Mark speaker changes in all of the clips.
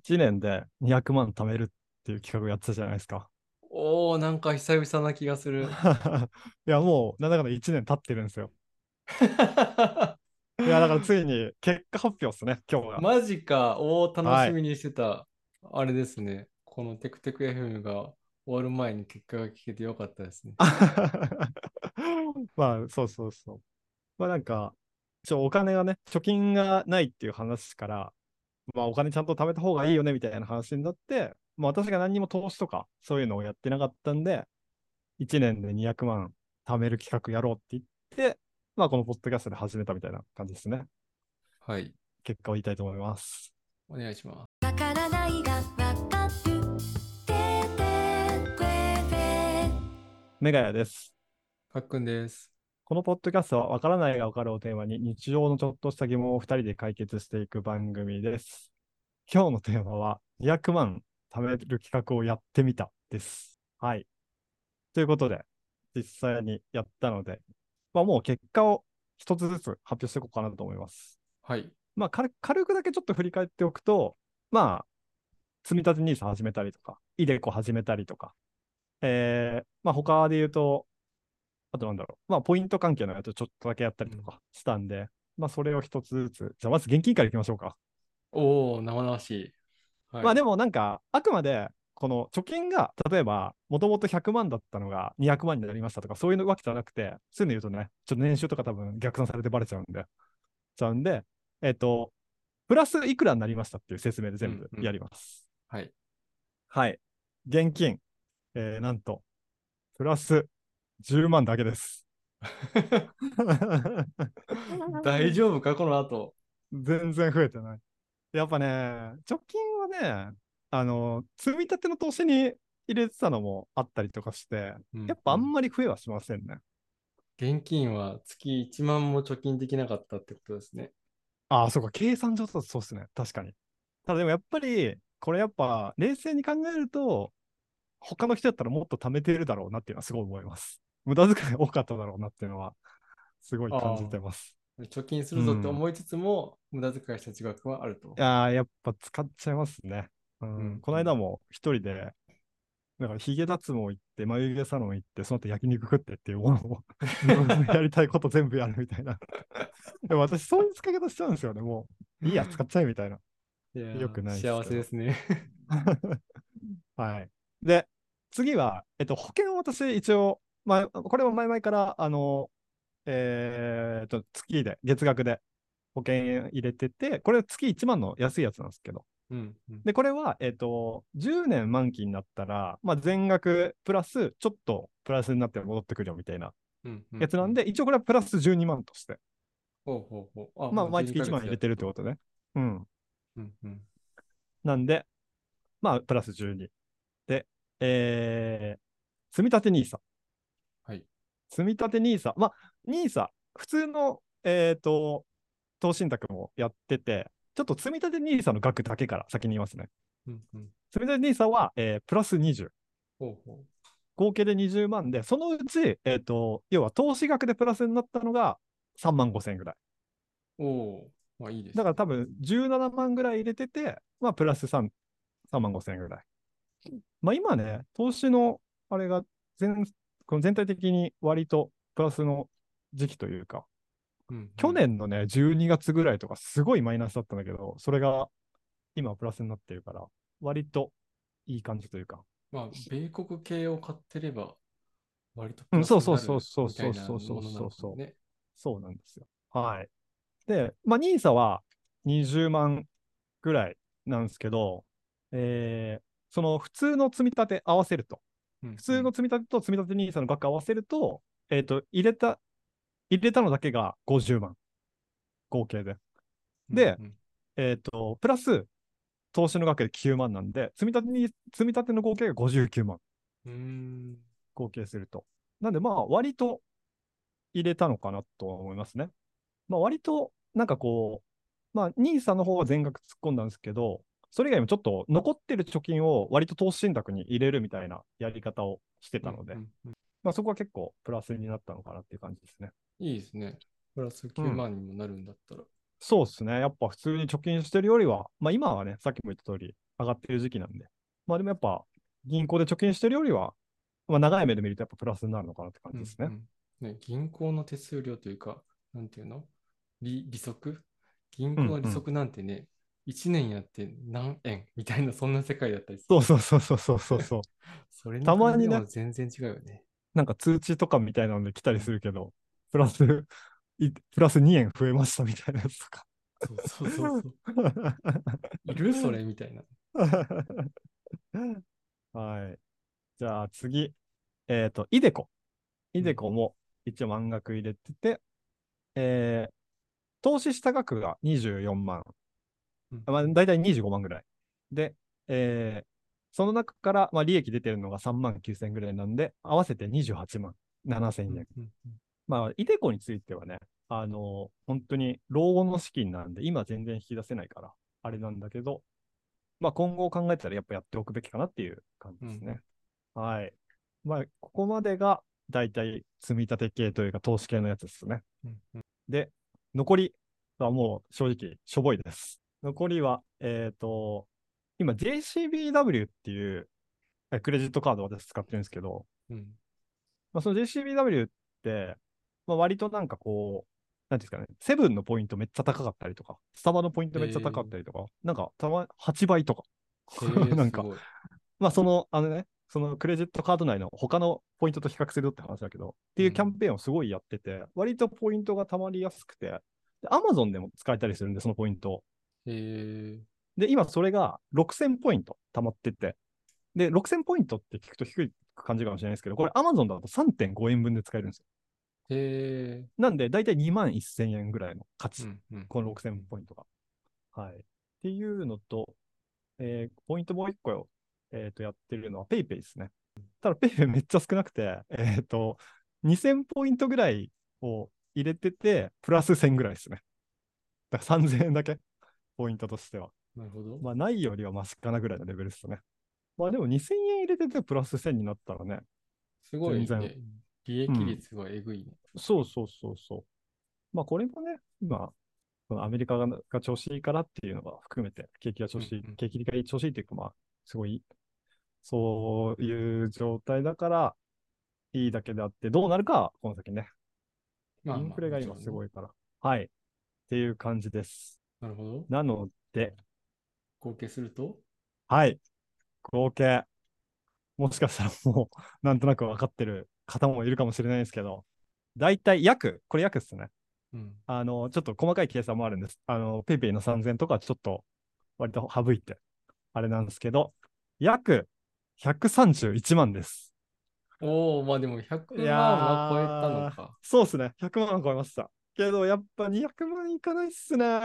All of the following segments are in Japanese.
Speaker 1: 1年で200万貯めるっていう企画やってたじゃないですか。
Speaker 2: おお、なんか久々な気が する。
Speaker 1: いや、もう、なんだかんだ1年経ってるんですよ。い
Speaker 2: い
Speaker 1: や、だからついに結果発表ですね、今日が。
Speaker 2: マジか。おお、
Speaker 1: は
Speaker 2: 楽
Speaker 1: い
Speaker 2: しみにしてた。あれですね。このテクテク FM が終わる前に結果が聞けてよかったですね。
Speaker 1: まあ、そうそうそう。まあ、なんか、ちょ、お金がね、貯金がないっていう話から、まあ、お金ちゃんと貯めた方がいいよね、みたいな話になって、まあ、私が何にも投資とか、そういうのをやってなかったんで、1年で200万貯める企画やろうって言って、まあ、このポッドキャストで始めたみたいな感じですね。
Speaker 2: はい。
Speaker 1: 結果を言いたいと思います。
Speaker 2: お願いします。
Speaker 3: わからないがわかるててくれ
Speaker 1: メガヤです。
Speaker 2: かっくんです。
Speaker 1: このポッドキャストは、わからないがわかるをテーマに、日常のちょっとした疑問を2人で解決していく番組です。今日のテーマは、200万貯める企画をやってみたです。はい。ということで、実際にやったので、まあ、もう結果を一つずつ発表していこうかなと思います。
Speaker 2: はい。
Speaker 1: まあ、軽軽くだけちょっと振り返っておくと、まあ、積立 NISA 始めたりとか、イデコ始めたりとか、えー、まあ、他で言うと、あとなんだろう、まあ、ポイント関係のやつをちょっとだけやったりとかしたんで、まあ、それを一つずつ、じゃあ、まず現金からいきましょうか。
Speaker 2: おお、生々しい。はい。
Speaker 1: まあ、で
Speaker 2: も、
Speaker 1: もなんか、あくまで、この貯金が、例えば、もともと100万だったのが200万になりましたとか、そういうのわけじゃなくて、そういうの言うとね、ちょっと年収とか多分逆算されてバレちゃうんで、ちゃうんで、えっ、と、プラスいくらになりましたっていう説明で全
Speaker 2: うんう
Speaker 1: 部
Speaker 2: ん
Speaker 1: やります。
Speaker 2: はい。
Speaker 1: はい。現金、えーなんと、プラス10万だけ です。
Speaker 2: 大 丈夫かこの後。
Speaker 1: 全然増えてない。やっぱね、貯金はね、あの、積み立ての投資に入れてたのもあったりとかして、
Speaker 2: うん
Speaker 1: やっぱあ
Speaker 2: うん
Speaker 1: んまり増えはしませんね。
Speaker 2: 現金は月1万も貯金できなかったってことですね。
Speaker 1: ああ、そうか、計算上だとそうですね。確かに。ただでもやっぱり、これやっぱ冷静に考えると、他の人だったらもっと貯めてるだろうなっていうのはすごい思います。無駄遣い多かっただろうなっていうのは、すごい感じてます。
Speaker 2: 貯金するぞって思いつつも、無駄遣いした自覚はあると。
Speaker 1: ああ、やっぱ使っちゃいますね。うん。
Speaker 2: うん
Speaker 1: この間も一人で、だからヒゲ脱毛行って、眉毛サロン行って、その後焼肉食ってっていうものを、 自分のやりたいこと全部やるみたいな。 でも私、そういう使い方しちゃうんですよね。もう、いいや、使っちゃえみたいな。
Speaker 2: いやー
Speaker 1: 良くないですけど
Speaker 2: 幸せですね。
Speaker 1: はい。で、次は、えっと、保険を私、一応、まあ、これも前々から、あの、えーっと、月で、月額で保険入れてて、これ月1万の安いやつなんですけど、
Speaker 2: うんうん
Speaker 1: で、これは、えっと、10年満期になったら、まあ、全額プラス、ちょっとプラスになって戻ってくるよみたいな
Speaker 2: うんう
Speaker 1: やつなんで、、一応これはプラス12万として、
Speaker 2: ほうほうほう。あ
Speaker 1: まあ、毎月1万入れて
Speaker 2: る。
Speaker 1: るってことね。うん。
Speaker 2: うんうん
Speaker 1: なんで、まあ、プラス12。で、えー、積立 NISA。
Speaker 2: はい。
Speaker 1: 積立 NISA。まあ、NISA、普通の、えっ、と、投資信託もやってて、ちょっと積立 NISA の額だけから先に言いますね。
Speaker 2: うんうん
Speaker 1: 積立 NISA は、えープラス20。
Speaker 2: ほうほ
Speaker 1: 合計で20万で、そのうち、えっ、と、要は投資額でプラスになったのが3万5千ぐらい。
Speaker 2: う。おおー、まあいいです。
Speaker 1: だから多分17万ぐらい入れてて、まあ、プラス3、3万5千円ぐらい。まあ、今ね、投資のあれが全この全体的に割とプラスの時期というか、
Speaker 2: うんうん
Speaker 1: 去。年のね、12月ぐらいとかすごいマイナスだったんだけど、それが今はプラスになってるから、割といい感じというか。
Speaker 2: まあ、米国系を買ってれば、割と
Speaker 1: う
Speaker 2: プ
Speaker 1: ん
Speaker 2: ラスになる
Speaker 1: そうそうそうそう
Speaker 2: みたいな
Speaker 1: そうそう
Speaker 2: ものなのかもね
Speaker 1: そうなんですよ。はい。で、まあ、NISA は20万ぐらいなんですけど、えーその普通の積み立て合わせると、
Speaker 2: うんうん
Speaker 1: 普通の積み立てと積み立て NISA の額合わせると、えっ、と、入れた、入れたのだけが50万、合計で。で
Speaker 2: うんうん
Speaker 1: えっ、と、プラス、投資の額で9万なんで、積み立てに、積み立ての合計が59万、
Speaker 2: うーん。
Speaker 1: 合計すると。なんで、まあ、割と入れたのかなとは思いますね。まあ、割と、なんかこう、まあ、NISA の方は全額突っ込んだんですけど、それ以外もちょっと残ってる貯金を割と投資信託に入れるみたいなやり方をしてたので、
Speaker 2: うんうん
Speaker 1: まあ、そこは結構プラスになったのかなっていう感じですね。
Speaker 2: いいですね。プラス9万にもなるんだったら。
Speaker 1: そうですね。やっぱ普通に貯金してるよりは、まあ今はね、さっきも言った通り、上がってる時期なんで、まあでもやっぱ銀行で貯金してるよりは、まあ長い目で見るとやっぱプラスになるのかなって感じですね。
Speaker 2: うんうんね銀行の手数料というか、なんていうの利利息銀行の利息なんてね、1年やって何円みたいな、そんな世界だったりす
Speaker 1: そう
Speaker 2: る。
Speaker 1: そうそうそうそうそうそう。
Speaker 2: それに
Speaker 1: たまにね
Speaker 2: 比べれば全然違うよね。
Speaker 1: なんか通知とかみたいなので来たりするけど、プラス、いプラス2円増えましたみたいなやつとか。
Speaker 2: そうそうそうそう。いるそれみたいな。
Speaker 1: はい。じゃあ次。えっ、と、イデコ。イデコも一応満額入れてて、えー投資した額が24万。
Speaker 2: うん
Speaker 1: まあ、大体25万ぐらい。で、えーその中から、まあ、利益出てるのが3万9000ぐらいなんで、合わせて28万7000円。
Speaker 2: うんうんうん
Speaker 1: まあ、イデコについてはね、あの本当に老後の資金なんで、今全然引き出せないから、あれなんだけど、まあ、今後を考えたらやっぱやっておくべきかなっていう感じですね。はい。まあ、ここまでが大体積み立て系というか投資系のやつですね。
Speaker 2: うんうん
Speaker 1: で、残りはもう正直、しょぼいです。残りは、えっ、と、今 JCBW っていうえクレジットカードを私使ってるんですけど、
Speaker 2: うん
Speaker 1: まあ、その JCBW って、まあ、割となんかこう、なんていうんですかね、セブンのポイントめっちゃ高かったりとか、スタバのポイントめっちゃ高かったりとか、なんかたま8倍とか、
Speaker 2: へ ー
Speaker 1: なんか
Speaker 2: すごい
Speaker 1: まあその、あのね、そのクレジットカード内の他のポイントと比較するよって話だけど、っていうキャンペーンをすごいやってて、割とポイントがたまりやすくて、で Amazon でも使えたりするんで、そのポイントを。
Speaker 2: へー
Speaker 1: で、今それが6000ポイント溜まってて、で、6000ポイントって聞くと低い感じかもしれないですけど、これ Amazon だと3.5円分で使えるんですよ
Speaker 2: へ
Speaker 1: なんで、だいたい2万1000円ぐらいの価
Speaker 2: ー
Speaker 1: 値、
Speaker 2: うんうん
Speaker 1: この6000ポイントが。はい。っていうのと、えーポイントもう一個よ、えーとやってるのは PayPay ですね。ただ PayPay めっちゃ少なくて、えーと、2000ポイントぐらいを入れてて、プラス1000ぐらいですね。だから3000円だけ、ポイントとしては。
Speaker 2: なるほど。
Speaker 1: まあ、ないよりはマシかなぐらいのレベルですね。まあ、でも2000円入れてて、プラス1000になったらね、
Speaker 2: すごい
Speaker 1: 全
Speaker 2: ね
Speaker 1: 然。
Speaker 2: 利益率がえぐいね。
Speaker 1: そうそうそうそう。まあこれもね、今、このアメリカがが調子いいからっていうのが含めて、景気が調子いい、
Speaker 2: うんうん
Speaker 1: 景気が調子いいっていうか、まあ、すごい、そういう状態だから、いいだけであって、どうなるかは、この先ね、
Speaker 2: まあ
Speaker 1: インフレが今すご
Speaker 2: い。
Speaker 1: いから。はい。っていう感じです。
Speaker 2: なるほど。
Speaker 1: なので、
Speaker 2: 合計すると
Speaker 1: はい。合計、もしかしたらもう、なんとなく分かってる方もいるかもしれないですけど、だいたい約、これ約ですね。
Speaker 2: うん。
Speaker 1: あの、ちょっと細かい計算もあるんです。あの、ペイペイの3000とかはちょっと割と省いて、あれなんですけど、約131万です。
Speaker 2: おお、まあでも100
Speaker 1: い
Speaker 2: 万
Speaker 1: やー
Speaker 2: は超えたのか。
Speaker 1: そうっすね。100万は超えました。けど、やっぱ200万いかないっすね。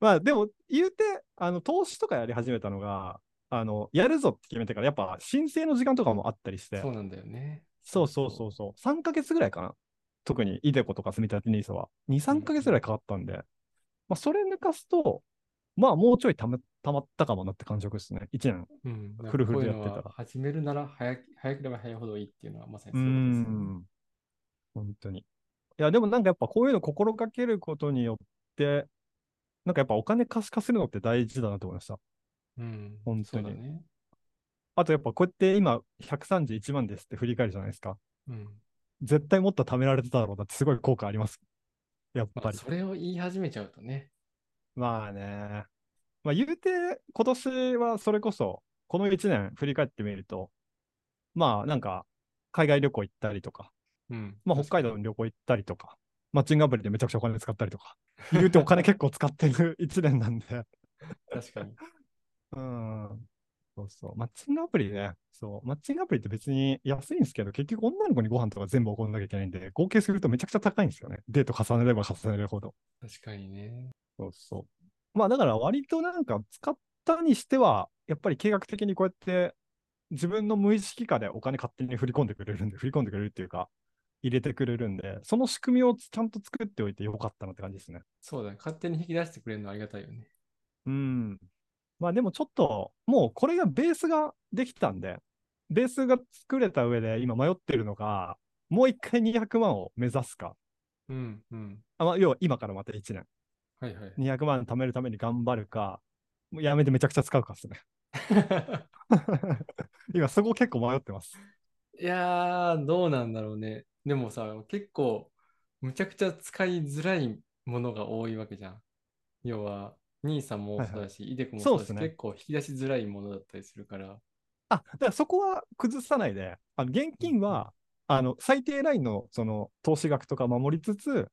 Speaker 1: まあ、でも、言うて、あの、投資とかやり始めたのが、あの、やるぞって決めてから、やっぱ申請の時間とかもあったりして
Speaker 2: そ、うなんだよね。
Speaker 1: そうそうそうそう。3ヶ月ぐらいかな。特に、イデコとか積み立て NISA は。2、3ヶ月ぐらいかかったんで、まあ、それ抜かすと、まあ、もうちょいたまたまったかもなって感触ですね。1年。
Speaker 2: うん。
Speaker 1: フルフルでやってたら
Speaker 2: こういうのは始めるなら早き早ければ早いほどいいっていうのはまさに
Speaker 1: う
Speaker 2: そういうことですよね。
Speaker 1: ん。本当に。いや、でもなんかやっぱこういうの心がけることによって、なんかやっぱお金可視化するのって大事だなと思いました。
Speaker 2: うん。
Speaker 1: 本当に
Speaker 2: そうだね。
Speaker 1: あとやっぱこうやって今131万ですって振り返るじゃないですか。
Speaker 2: うん。
Speaker 1: 絶対もっと貯められてたろうなってすごい効果あります。やっ
Speaker 2: ま
Speaker 1: ぱ
Speaker 2: あ、
Speaker 1: り。
Speaker 2: それを言い始めちゃうとね。
Speaker 1: まあね。まあ言うて、今年はそれこそ、この1年振り返ってみると、まあなんか、海外旅行行ったりとか、
Speaker 2: うん。
Speaker 1: まあ北海道に旅行行ったりとか、マッチングアプリでめちゃくちゃお金使ったりとか、言うてお金結構使ってる 1年なんで、
Speaker 2: 確かに。
Speaker 1: うん。そうそう、マッチングアプリね、そう、マッチングアプリって別に安いんですけど、結局女の子にご飯とか全部送んなきゃいけないんで、合計するとめちゃくちゃ高いんですよね。デート重ねれば重ねるほど。
Speaker 2: 確かにね。
Speaker 1: そうそう。まあだから割となんか使ったにしては、やっぱり計画的にこうやって自分の無意識下でお金勝手に振り込んでくれるんで、振り込んでくれるっていうか、入れてくれるんで、その仕組みをちゃんと作っておいてよかったなって感じですね。
Speaker 2: そうだね。勝手に引き出してくれるのはありがたいよね。
Speaker 1: うん。まあでもちょっと、もうこれがベースができたんで、ベースが作れた上で今迷ってるのが、もう一回200万を目指すか、
Speaker 2: うんうん。
Speaker 1: あまあ、要は今からまた1年。
Speaker 2: はいはい。
Speaker 1: 200万貯めるために頑張るか、もうやめてめちゃくちゃ使うかっすね。今、そこ結構迷ってます。
Speaker 2: いやー、どうなんだろうね。でもさ、結構、むちゃくちゃ使いづらいものが多いわけじゃん。要は、兄さんもそうだし、イデコも
Speaker 1: そう
Speaker 2: そう
Speaker 1: っ
Speaker 2: だし、
Speaker 1: すね
Speaker 2: 結構引き出しづらいものだったりするから。
Speaker 1: あ、だからそこは崩さないで、あの現金は、あの、最低ラインのその投資額とか守りつつ、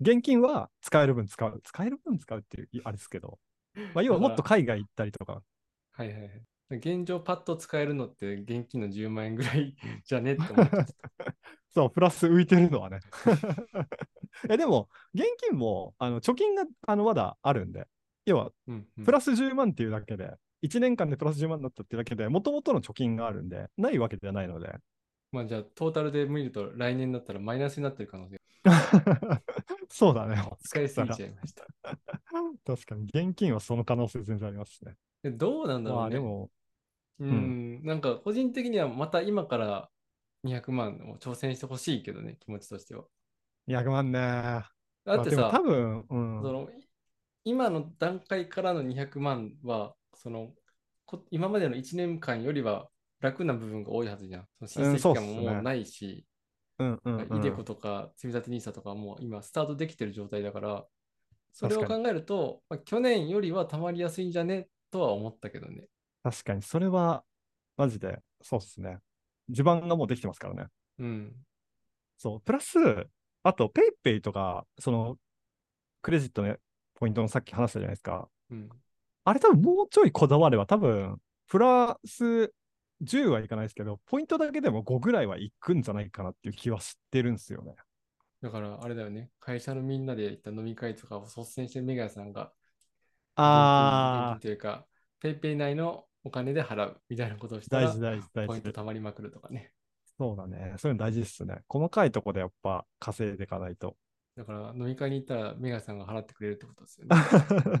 Speaker 1: 現金は使える分使う。使える分使うっていう、いあれですけど。まあ、要はもっと海外行ったりとか。
Speaker 2: はいはいはい。現状パッと使えるのって現金の10万円ぐらい じゃねって思っち ゃった
Speaker 1: そう、プラス浮いてるのは ね。え、でも、現金も、あの、貯金が、あの、まだあるんで。要は、
Speaker 2: うんうん
Speaker 1: プラス10万っていうだけで、1年間でプラス10万だったっていうだけで、もともとの貯金があるんで、ないわけじゃないので。
Speaker 2: まあじゃあ、トータルで見ると来年だったらマイナスになってる可能性が
Speaker 1: そうだね。
Speaker 2: 使いすぎちゃいました。
Speaker 1: 確かに、現金はその可能性全然ありますね。
Speaker 2: でどうなんだろうね。
Speaker 1: まあでも、
Speaker 2: うん、なんか個人的にはまた今から200万を挑戦してほしいけどね、気持ちとしては。
Speaker 1: 200万ね。
Speaker 2: だって
Speaker 1: ま
Speaker 2: さ、
Speaker 1: あでも多分、う
Speaker 2: そ
Speaker 1: ん、
Speaker 2: の今の段階からの200万は、そのこ今までの1年間よりは楽な部分が多いはずじゃん。その
Speaker 1: う
Speaker 2: 親
Speaker 1: んそうっ
Speaker 2: 戚
Speaker 1: す
Speaker 2: 感
Speaker 1: ね
Speaker 2: ももうないし、
Speaker 1: うん、うん、うん。
Speaker 2: イデコとか積み立て NISA とかもう今スタートできてる状態だから、それを
Speaker 1: 確か
Speaker 2: 考えると、まあ、去年よりはたまりやすいんじゃねとは思ったけどね。
Speaker 1: 確かに、それは、マジで、そうっすね。地盤がもうできてますからね。
Speaker 2: うん。
Speaker 1: そう、プラス、あと、ペイペイとか、その、クレジットのポイントのさっき話したじゃないですか。
Speaker 2: うん。
Speaker 1: あれ多分もうちょいこだわれば、多分、プラス10はいかないですけど、ポイントだけでも5ぐらいはいくんじゃないかなっていう気はしてるんですよね。
Speaker 2: だからあれだよね、会社のみんなで行った飲み会とかを率先してメガヤさんが現金現金
Speaker 1: あ
Speaker 2: というか、ペイペイ内のお金で払うみたいなことをし
Speaker 1: ー、
Speaker 2: た
Speaker 1: 大
Speaker 2: ら
Speaker 1: 事、、大事、大
Speaker 2: ポイン
Speaker 1: 事
Speaker 2: ト。貯まりまくるとかね。
Speaker 1: そうだね。そういうの大事っすね。細かいとこでやっぱ稼いでいかないと。
Speaker 2: だから飲み会に行ったらメガヤさんが払ってくれるってことですよね。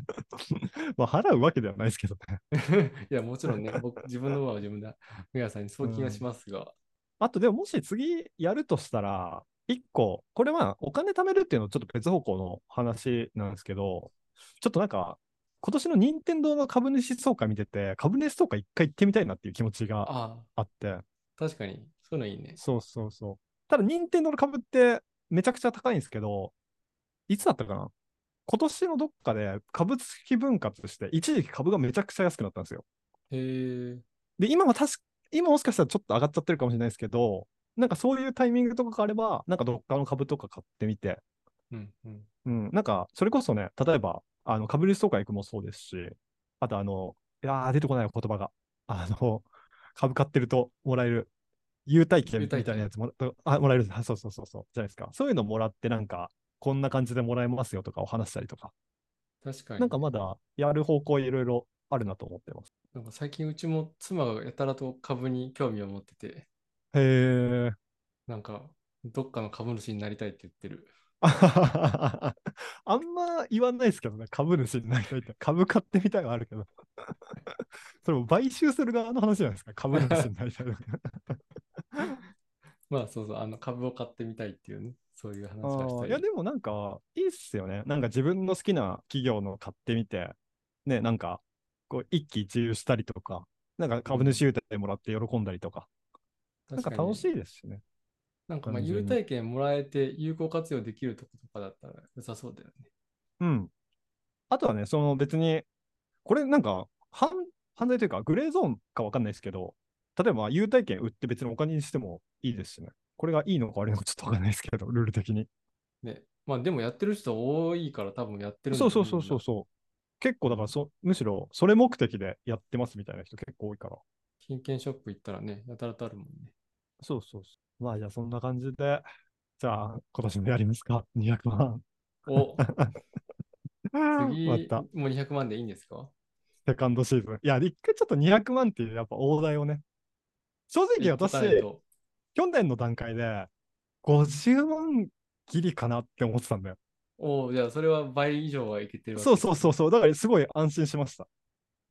Speaker 1: まあ、払うわけではないですけどね。
Speaker 2: いや、もちろんね、僕、自分の分は自分でメガヤさんに送金はしますが、
Speaker 1: あと、でももし次やるとしたら、一個、これはお金貯めるっていうのはちょっと別方向の話なんですけど、ちょっとなんか、今年の任天堂の株主総会見てて、株主総会一回行ってみたいなっていう気持ちが
Speaker 2: ああ、
Speaker 1: あって、
Speaker 2: 確かに、そういうのいいね。
Speaker 1: そうそうそう。ただ、任天堂の株ってめちゃくちゃ高いんですけど、いつだったかな今年のどっかで株式分割して、一時期株がめちゃくちゃ安くなったんですよ。
Speaker 2: へえ、
Speaker 1: で、今は確か、今もしかしたらちょっと上がっちゃってるかもしれないですけど、なんかそういうタイミングとかがあれば、なんかどっかの株とか買ってみて、
Speaker 2: うんうん。
Speaker 1: うん、なんかそれこそね、例えば、あの株主総会行くもそうですし、あとあの、いやー、出てこないよ言葉が。 あの、株買ってるともらえる、優待券
Speaker 2: 優
Speaker 1: みた
Speaker 2: 待券
Speaker 1: いなやつもらあもらえるあ、そうそうそうそう、じゃないですか。そういうのもらって、なんか、こんな感じでもらえますよとかお話したりとか、
Speaker 2: 確かに。
Speaker 1: なんかまだやる方向いろいろあるなと思ってます。
Speaker 2: なんか最近、うちも妻がやたらと株に興味を持ってて、
Speaker 1: へー。
Speaker 2: なんか、どっかの株主になりたいって言ってる。
Speaker 1: あんま言わないですけどね、株主になりたいって、株買ってみたいはあるけど、 それも買収する側の話じゃないですか、株主になりたいと か。
Speaker 2: まあそうそう、あの株を買ってみたいっていうね、そういう話
Speaker 1: あ
Speaker 2: がした
Speaker 1: ー
Speaker 2: い。
Speaker 1: いや、でもなんか、いいっすよね。なんか自分の好きな企業の買ってみて、ね、なんか、こう、一喜一憂したりとか、なんか株主優待もらって喜んだりとか、なんか楽し
Speaker 2: い。
Speaker 1: いですしね。
Speaker 2: なんかまあ、
Speaker 1: 単
Speaker 2: 優
Speaker 1: 純に
Speaker 2: 待券もらえて有効活用できるとことかだったら良さそうだよね。
Speaker 1: うん。あとはね、その別に、これなんか犯、犯罪というか、グレーゾーンかわかんないですけど、例えば優待券売って別にお金にしてもいいですしね。これがいいのか悪いのかちょっとわかんないですけど、ルール的に。
Speaker 2: ね。まあでもやってる人多いから多分やってるんだ
Speaker 1: そう
Speaker 2: よ
Speaker 1: そうそうそうそう。結構だからそ、むしろそれ目的でやってますみたいな人結構多いから。
Speaker 2: みんな金券ショップ行ったらね、やたらとあるもんね。
Speaker 1: そうそうそう。まあじゃあそんな感じで、じゃあ今年もやりますか、200万。
Speaker 2: お、次、
Speaker 1: また、
Speaker 2: もう200万でいいんですか
Speaker 1: セカンドシーズン。いや、一回ちょっと200万っていうやっぱ大台をね。正直私、
Speaker 2: 答えと
Speaker 1: 去年の段階で50万ギリかなって思ってたんだよ。
Speaker 2: おじゃあそれは倍以上はいけてるわけ
Speaker 1: そうそうそうそう。だからすごい安心しました。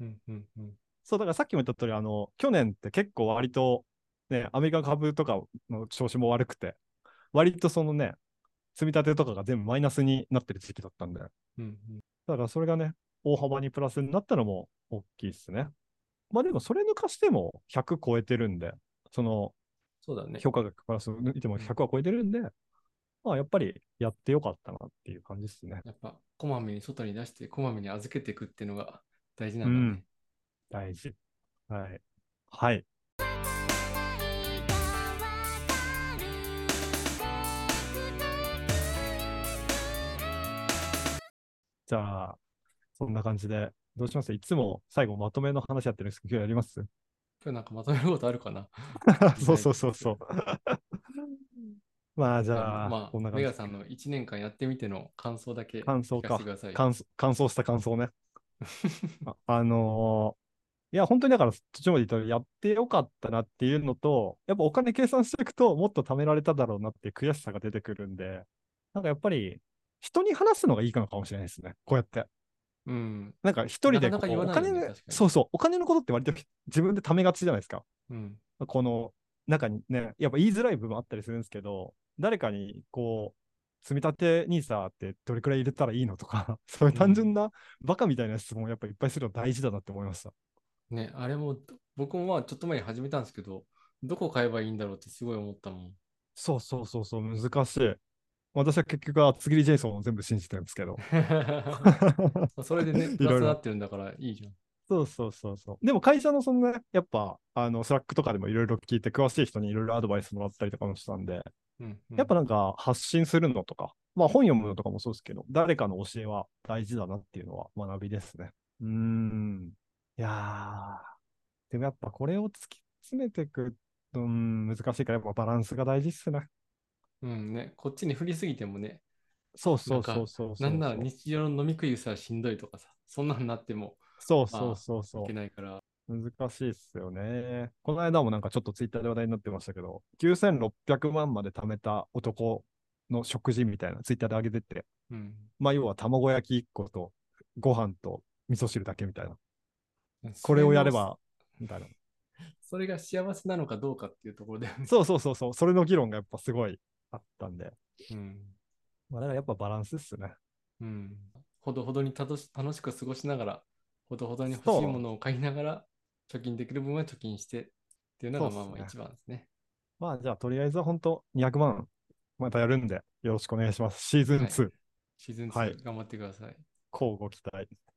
Speaker 2: う。うんうんうん。
Speaker 1: そう、だからさっきも言った通り、あの、去年って結構割と、ね、アメリカ株とかの調子も悪くて、割とそのね、積み立てとかが全部マイナスになってる時期だったんで。
Speaker 2: うん
Speaker 1: だからそれがね、大幅にプラスになったのも大きいですね。まあでもそれ抜かしても100超えてるんで、その
Speaker 2: そうだね。
Speaker 1: 評価額プラス抜いても100は超えてるんで、まあやっぱりやってよかったなっていう感じですね。
Speaker 2: やっぱ、こまめに外に出して、こまめに預けていくっていうのが大事なんだね。
Speaker 1: 大事。はい。はい。じゃあ、そんな感じで、どうしますいつも最後まとめの話やってるんですけど、今日やります
Speaker 2: 今日なんかまとめることあるかな
Speaker 1: そうそうそうそう。まあじゃあ、
Speaker 2: ま
Speaker 1: こん
Speaker 2: あ、
Speaker 1: な感
Speaker 2: メ
Speaker 1: じ
Speaker 2: ガさんの1年間やってみての感想だけ
Speaker 1: 感想
Speaker 2: 聞か
Speaker 1: か
Speaker 2: せてください。
Speaker 1: 感想感想した感 想ね。あ、あのーいや、本当にだから、途中まで言ったら、やってよかったなっていうのと、やっぱお金計算していくと、もっと貯められただろうなっていう悔しさが出てくるんで、なんかやっぱり、人に話すのがいいかもしれないですね。こうやって。
Speaker 2: うん。
Speaker 1: なんか一人で
Speaker 2: な
Speaker 1: こ
Speaker 2: かなか言
Speaker 1: う
Speaker 2: わ
Speaker 1: お
Speaker 2: ないよね
Speaker 1: 金の
Speaker 2: 確かに
Speaker 1: そうそう、お金のことって割と自分で貯めがちじゃないですか。
Speaker 2: うん。
Speaker 1: この中にね、やっぱ言いづらい部分あったりするんですけど、誰かにこう、積み立て NISA ってどれくらい入れたらいいのとか、 そういう単純なバカみたいな質問をやっぱいっぱいするの大事だなって思いました。
Speaker 2: ね、あれも、僕もまあちょっと前に始めたんですけど、どこ買えばいいんだろうってすごい思った もん。
Speaker 1: そうそうそうそう、難しい。私は結局は厚切りジェイソンを全部信じてるんですけ ど。
Speaker 2: それでね、
Speaker 1: い
Speaker 2: プ
Speaker 1: ろいろ
Speaker 2: ラスになってるんだからいいじゃん。
Speaker 1: そうそうそうそう。でも会社のそんな、やっぱ、あの、スラックとかでもいろいろ聞いて、詳しい人にいろいろアドバイスもらったりとかもしたんで、
Speaker 2: うんうん
Speaker 1: やっぱなんか発信するのとか、まあ本読むのとかもそうですけど、誰かの教えは大事だなっていうのは学びですね。うーん。いやー。でもやっぱこれを突き詰めていく、うーん、難しいからやっぱバランスが大事っすね。
Speaker 2: うんね、こっちに振りすぎてもね、
Speaker 1: そうそうそうそうそう。
Speaker 2: なんなら日常の飲み食いすらしんどいとかさ、そんなんなっても
Speaker 1: そうそうそうそ
Speaker 2: いうけ。ないから。
Speaker 1: 難しいっすよね。この間もなんかちょっとツイッターで話題になってましたけど、9600万まで貯めた男の食事みたいなツイッターで上げてて、
Speaker 2: うん。
Speaker 1: まあ要は卵焼き1個とご飯と味噌汁だけみたいな。
Speaker 2: そ
Speaker 1: これを
Speaker 2: も
Speaker 1: やれば、みたいな。
Speaker 2: それが幸せなのかどうかっていうところで、
Speaker 1: そうそうそうそう、それの議論がやっぱすごいあったんで。
Speaker 2: うん。
Speaker 1: まあだからやっぱバランスっすね。
Speaker 2: うん。ほどほどに楽し楽しく過ごしながら、ほどほどに欲
Speaker 1: そ
Speaker 2: しいうものを買いながら、貯金できる分は貯金してっていうのが
Speaker 1: そ
Speaker 2: ま
Speaker 1: う
Speaker 2: あ
Speaker 1: っすね
Speaker 2: まあ一番ですね。
Speaker 1: まあじゃあとりあえずは本当200万またやるんでよろしくお願いします。シーズン2、
Speaker 2: シーズン
Speaker 1: はい
Speaker 2: 2頑張ってください。
Speaker 1: 交互期待。